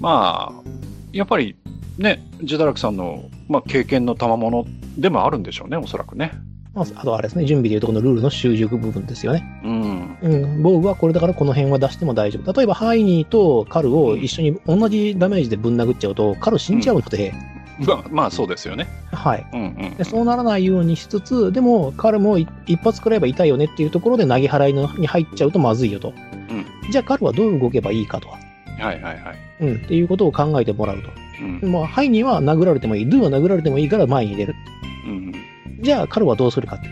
S1: まあ、やっぱり、ね、ジダラクさんの、まあ、経験の賜物でもあるんでしょうね、おそらくね。
S2: まあ、あとあれですね、準備でいうとこのルールの習熟部分ですよね。
S1: うん。
S2: うん、防具はこれだからこの辺は出しても大丈夫。例えばハイニーとカルを一緒に同じダメージでぶん殴っちゃうと、カル死んじゃうので、
S1: まあ、まあ、そうですよね。
S2: はい。
S1: うんうん
S2: でそうならないようにしつつ、でも彼も一一発食らえば痛いよねっていうところで投げ払いのに入っちゃうとまずいよと。
S1: ん
S2: じゃあ彼はどう動けばいいかと。
S1: はいはいはい。
S2: うん、っていうことを考えてもらう
S1: う
S2: と。
S1: ん。
S2: まあ、ハイには殴られてもいい、ドゥは殴られてもいいから前に出る。
S1: うん。
S2: じゃあ彼はどうするかって。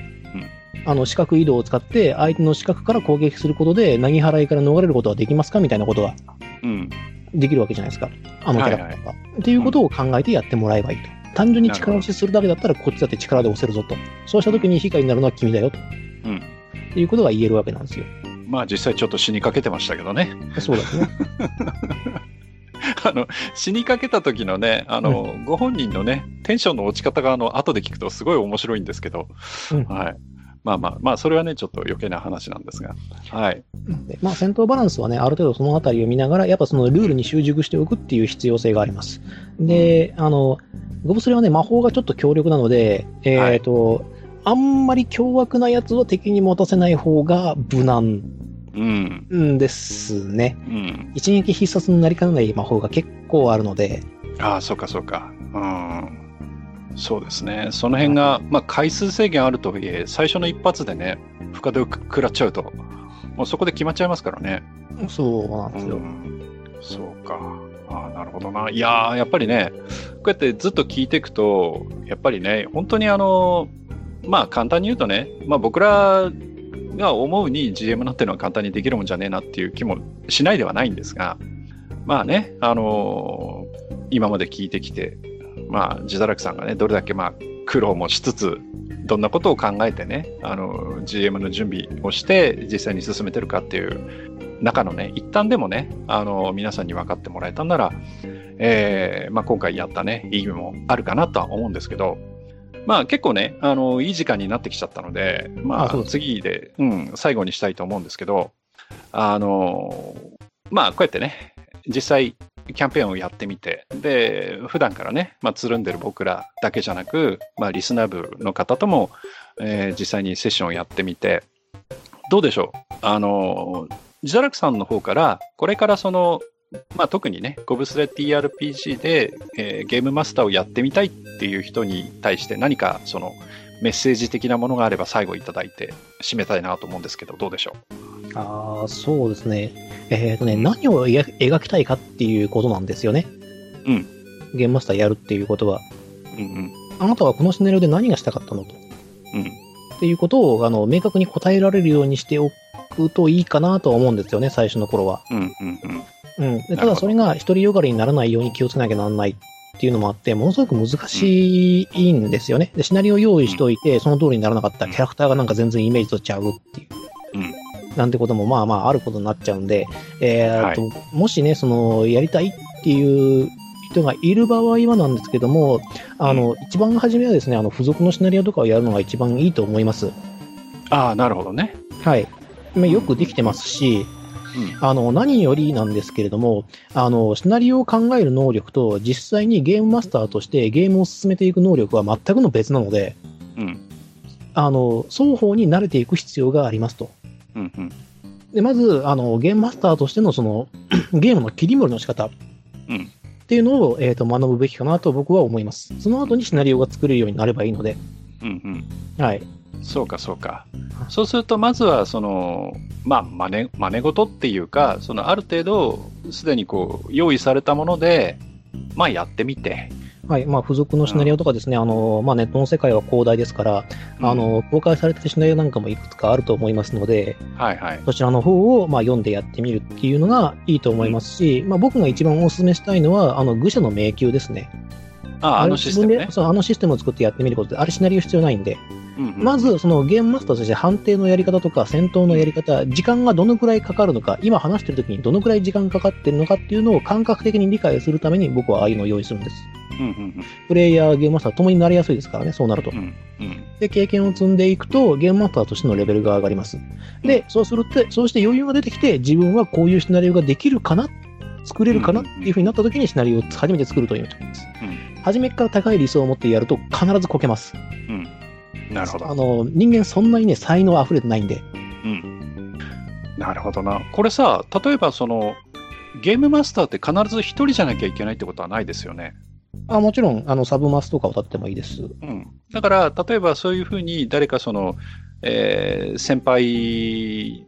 S2: あの、視覚移動を使って、相手の視覚から攻撃することで、投げ払いから逃れることはできますかみたいなことが
S1: うん。
S2: できるわけじゃないですか。あのキャラクターが。っていうことを考えてやってもらえばいいと。単純に力押しするだけだったら、こっちだって力で押せるぞと。そうした時に被害になるのは君だよと。
S1: うん
S2: っていうことが言えるわけなんですよ。
S1: まあ実際ちょっと死にかけてましたけどね。
S2: そうですね。
S1: あの、死にかけた時のね、あの、ご本人のね、テンションの落ち方が、あの、後で聞くとすごい面白いんですけど、
S2: うん
S1: はい。まあまあ、まあ、それはね、ちょっと余計な話なんですが、はい。
S2: でまあ、戦闘バランスはね、ある程度そのあたりを見ながら、やっぱそのルールに習熟しておくっていう必要性があります。で、あの、ゴブスレはね、魔法がちょっと強力なので、えっ、と、あんまり凶悪なやつは敵に持たせない方が無難
S1: うん、
S2: うんですね。
S1: うん。
S2: 一撃必殺になりかねない魔法が結構あるので、
S1: ああ、そうか、そうか。うん。そうですね。その辺が、まあ、回数制限あるとはいえ、最初の一発でね、深手をく食らっちゃうと、もうそこで決まっちゃいますからね。
S2: そうなんですよ。
S1: そうか。ああ、なるほどな。いやーやっぱりね、こうやってずっと聞いていくと、やっぱりね、本当にあの、まあ簡単に言うとね、まあ僕らが思うに GM なんてのは簡単にできるもんじゃねえなっていう気もしないではないんですが、まあね、あのー今まで聞いてきて、まあ、自堕落さんがね、どれだけまあ苦労もしつつ、どんなことを考えてね、あのー GM の準備をして実際に進めてるかっていう中のね、一旦でもね、あの、皆さんに分かってもらえたんなら、えーまあ、今回やったね、意義もあるかなとは思うんですけど、まあ結構ね、あの、いい時間になってきちゃったので、ま
S2: あそう
S1: あ
S2: です
S1: 次で、うん、最後にしたいと思うんですけど、あの、まあこうやってね、実際キャンペーンをやってみて、で、普段からね、まあつるんでる僕らだけじゃなく、まあリスナー部の方とも、えー実際にセッションをやってみて、どうでしょうあの、自堕落さんの方から、これからその、まあ、特にね、ゴブスレ TRPG で、えーゲームマスターをやってみたいっていう人に対して何かそのメッセージ的なものがあれば最後いただいて締めたいなと思うんですけど、どうでしょ
S2: ああ、そうですね。えっ、とね、何を描描きたいかっていうことなんですよね。
S1: うん。
S2: ゲームマスターやるっていうことは。
S1: ううん
S2: あなたはこのシナリオで何がしたかったのと。
S1: うん。うん。
S2: っていうことを、あの、明確に答えられるようにしておくといいかなとは思うんですよね、最初の頃は。
S1: うん。うん。うん。
S2: うん。で
S1: な
S2: た
S1: るほ
S2: だ
S1: ど
S2: それが独りよがりにならないように気をつけなきゃなんないっていうのもあって、ものすごく難しいんですよね。で、シナリオ用意しておいて、その通りにならなかったらキャラクターがなんか全然イメージとちゃうっていう。
S1: うん
S2: なんてこともまあまああることになっちゃうんで、えーっと、もしね、その、やりたいっていう人がいる場合はなんですけども、あの、一番初めはですね、あの、付属のシナリオとかをやるのが一番いいと思います。
S1: ああ、なるほどね。
S2: はい。まあよくできてますし、
S1: うん。
S2: あの、何よりなんですけれども、あの、シナリオを考える能力と、実際にゲームマスターとしてゲームを進めていく能力は全くの別なので、
S1: うん。
S2: あの、双方に慣れていく必要がありますと。
S1: うん。うん。
S2: で、まず、あの、ゲームマスターとしてのその、 ゲームの切り盛りの仕方。
S1: うん
S2: っていうのを、えっ、と、学ぶべきかなと僕は思います。その後にシナリオが作れるようになればいいので。
S1: うん。うん。
S2: はい。
S1: そうかそうか
S2: はい
S1: そうするとまずはそのまあ真似真似事っていうかそのある程度すでにこう用意されたものでまあやってみて
S2: はい。まあ、付属のシナリオとかですね、あの、まあ、ネットの世界は広大ですから、あの、公開されてるシナリオなんかもいくつかあると思いますので、
S1: はいはい
S2: そちらの方をまあ読んでやってみるっていうのがいいと思いますし、まあ、僕が一番お勧めしたいのは、あの愚者の迷宮ですね。
S1: ああ
S2: れ
S1: のシステム
S2: 自分
S1: ね
S2: でそうあのシステムを作ってやってみることで、あれシナリオ必要ないんで、
S1: うんうん
S2: まず、そのゲームマスターとして判定のやり方とか戦闘のやり方、時間がどのくらいかかるのか、今話してる時にどのくらい時間かかってるのかっていうのを感覚的に理解するために僕はああいうのを用意するんです。
S1: うんうん
S2: プレイヤー、ゲームマスターともになりやすいですからね、そうなると
S1: う。んうん
S2: で、経験を積んでいくと、ゲームマスターとしてのレベルが上がります。で、そうするって、そうして余裕が出てきて、自分はこういうシナリオができるかな作れるかなっ
S1: うん
S2: ていうふうになった時にシナリオを初めて作るという意味なんです。
S1: うん
S2: 初めから高い理想を持ってやると必ずこけます。
S1: うんなるほど
S2: あの、人間そんなにね、才能溢れてないんで。
S1: うん、なるほどな。これさ、例えばそのゲームマスターって必ず一人じゃなきゃいけないってことはないですよね。
S2: あもちろん、あの、サブマスとかを立ってもいいです。
S1: うん、だから例えばそういうふうに誰かその、えー先輩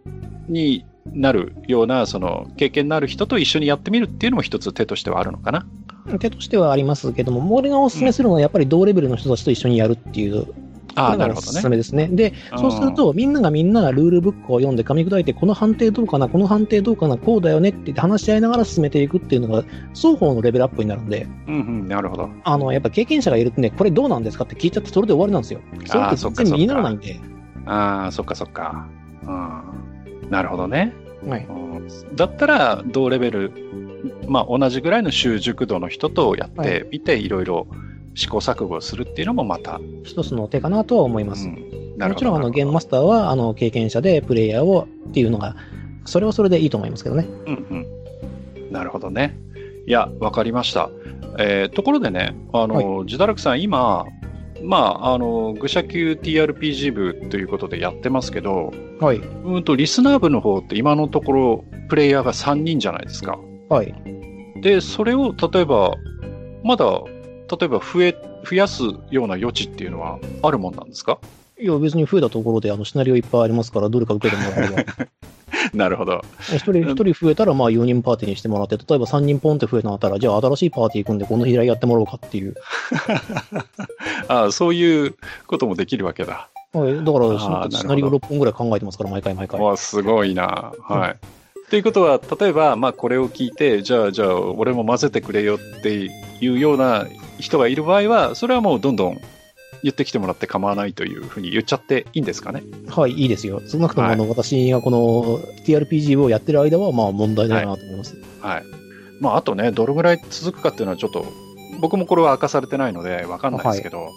S1: になるようなその経験のある人と一緒にやってみるっていうのも一つ手としてはあるのかな。
S2: 手としてはありますけども、俺がお勧めするのはやっぱり同レベルの人たちと一緒にやるっていう
S1: ああ、
S2: の
S1: な
S2: が
S1: る
S2: お
S1: ほど
S2: すす
S1: ね。
S2: めですね。で、そうすると、みんながみんなルールブックを読んで噛み砕いて、この判定どうかな、この判定どうかな、こうだよねって言って話し合いながら進めていくっていうのが、双方のレベルアップになるんで、
S1: うん、うんうん、なるほど。
S2: あの、やっぱ経験者がいるとね、これどうなんですかって聞いちゃって、それで終わりなんですよ。それ
S1: あ
S2: っ
S1: ー
S2: て
S1: そっ
S2: 全
S1: か
S2: 然身にならないんで。
S1: ああ、そっかそっか。うん、なるほどね。
S2: はい。
S1: うんだったら同レベル、まあ、同じぐらいの習熟度の人とやってみて、い、ろいろ試行錯誤するっていうのもまた、
S2: 一つの手かなとは思います。
S1: うんなる
S2: も
S1: ほど
S2: ちろん、あの、ゲームマスターは、あの、経験者でプレイヤーをっていうのが、それはそれでいいと思いますけどね。
S1: うんうん、なるほどね。いや、わかりました。えーところでね、あの、ジダラクさん、今、まあ、あの、愚者級 TRPG 部ということでやってますけど、
S2: はい。
S1: うんと、リスナー部の方って今のところ、プレイヤーが3人じゃないですか。
S2: はい。
S1: で、それを例えば、まだ、例えば増え、増やすような余地っていうのはあるもんなんですか
S2: いや、別に増えたところで、あの、シナリオいっぱいありますから、どれか受けてもらえば。
S1: なるほど。
S2: 一人、一人増えたら、まあ、4人パーティーにしてもらって、例えば3人ポンって増えたんだったら、じゃあ新しいパーティー組んで、この依頼やってもらおうかっていう。
S1: ああ、そういうこともできるわけだ。
S2: はい。だか
S1: あーなるほ
S2: ら、
S1: ど
S2: シナリオ6本ぐらい考えてますから、毎回毎回。
S1: わあ、すごいな。はい。ということは、例えば、まあ、これを聞いて、じゃあ、じゃあ、俺も混ぜてくれよっていうような人がいる場合は、それはもうどんどん言ってきてもらって構わないというふうに言っちゃっていいんですかね。
S2: はい、いいですよ。少なくとも、
S1: はい
S2: あの、私がこの TRPG をやってる間は、まあ、問題ないなと思います。
S1: はい。まあ、あとね、どれぐらい続くかっていうのはちょっと、僕もこれは明かされてないので、わかんないですけど、はい。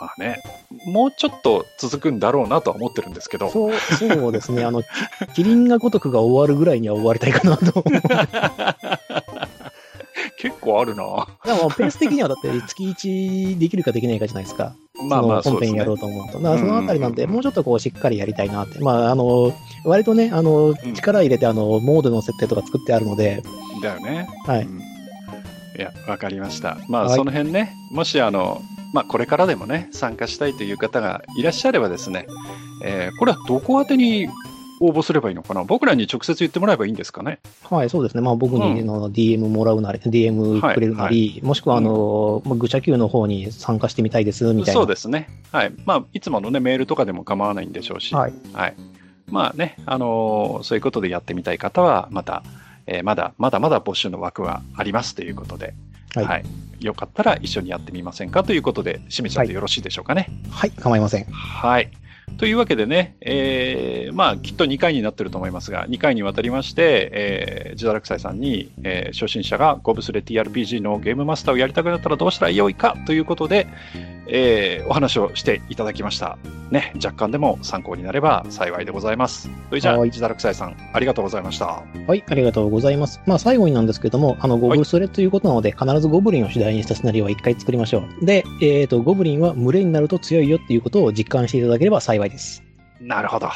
S1: まあね、もうちょっと続くんだろうなとは思ってるんですけど、
S2: そう、そうですね。あの、きキリンが如くが終わるぐらいには終わりたいかな と思う。
S1: 結構あるな
S2: でも、ペース的にはだって、月1できるかできないかじゃないですか。
S1: まあまあ、そ
S2: その
S1: う
S2: 本
S1: で
S2: 編
S1: す
S2: や
S1: ね
S2: ろ。うと思うと。だからそのあたりなん
S1: う
S2: で、
S1: んうんうん
S2: もうちょっとこうしっかりやりたいなって。まあ、あの、割とね、あの
S1: うん、
S2: 力入れて、あの、モードの設定とか作ってあるので、
S1: だよね。
S2: はい
S1: うんいや、わかりました。まあ、
S2: はい
S1: その辺ね、もし、あの、まあ、これからでもね、参加したいという方がいらっしゃればですね、えーこれはどこ宛てに応募すればいいのかな僕らに直接言ってもらえばいいんですかね
S2: はい、そうですね。まあ、僕に
S1: う
S2: あの DM もらうなり、DM くれるなり、もしくは、あの、まあ愚者級の方に参加してみたいです、みたいな。
S1: そうですね。はい。まあ、いつものね、メールとかでも構わないんでしょうし、
S2: はい。
S1: まあね、あのーそういうことでやってみたい方は、また、えーまだ、まだまだ募集の枠はありますということで、
S2: はい
S1: よかったら一緒にやってみませんかということで、締めちゃってよろしいでしょうかね。
S2: はい、構いません。
S1: はい。というわけでね、えーまあ、きっと2回になってると思いますが、2回にわたりまして、えー、ジダラクサイさんに、えー初心者がゴブスレ TRPG のゲームマスターをやりたくなったらどうしたらよいかということで、えーお話をしていただきました。ね、若干でも参考になれば幸いでございます。それじゃ
S2: は
S1: あ、
S2: い
S1: ジダラクサイさん、ありがとうございました。
S2: はい、ありがとうございます。まあ、最後になんですけども、あの、ゴブルスレということなので、必ずゴブリンを主題にしたシナリオは一回作りましょう。で、えっ、と、ゴブリンは群れになると強いよっていうことを実感していただければ幸いです。
S1: なるほど。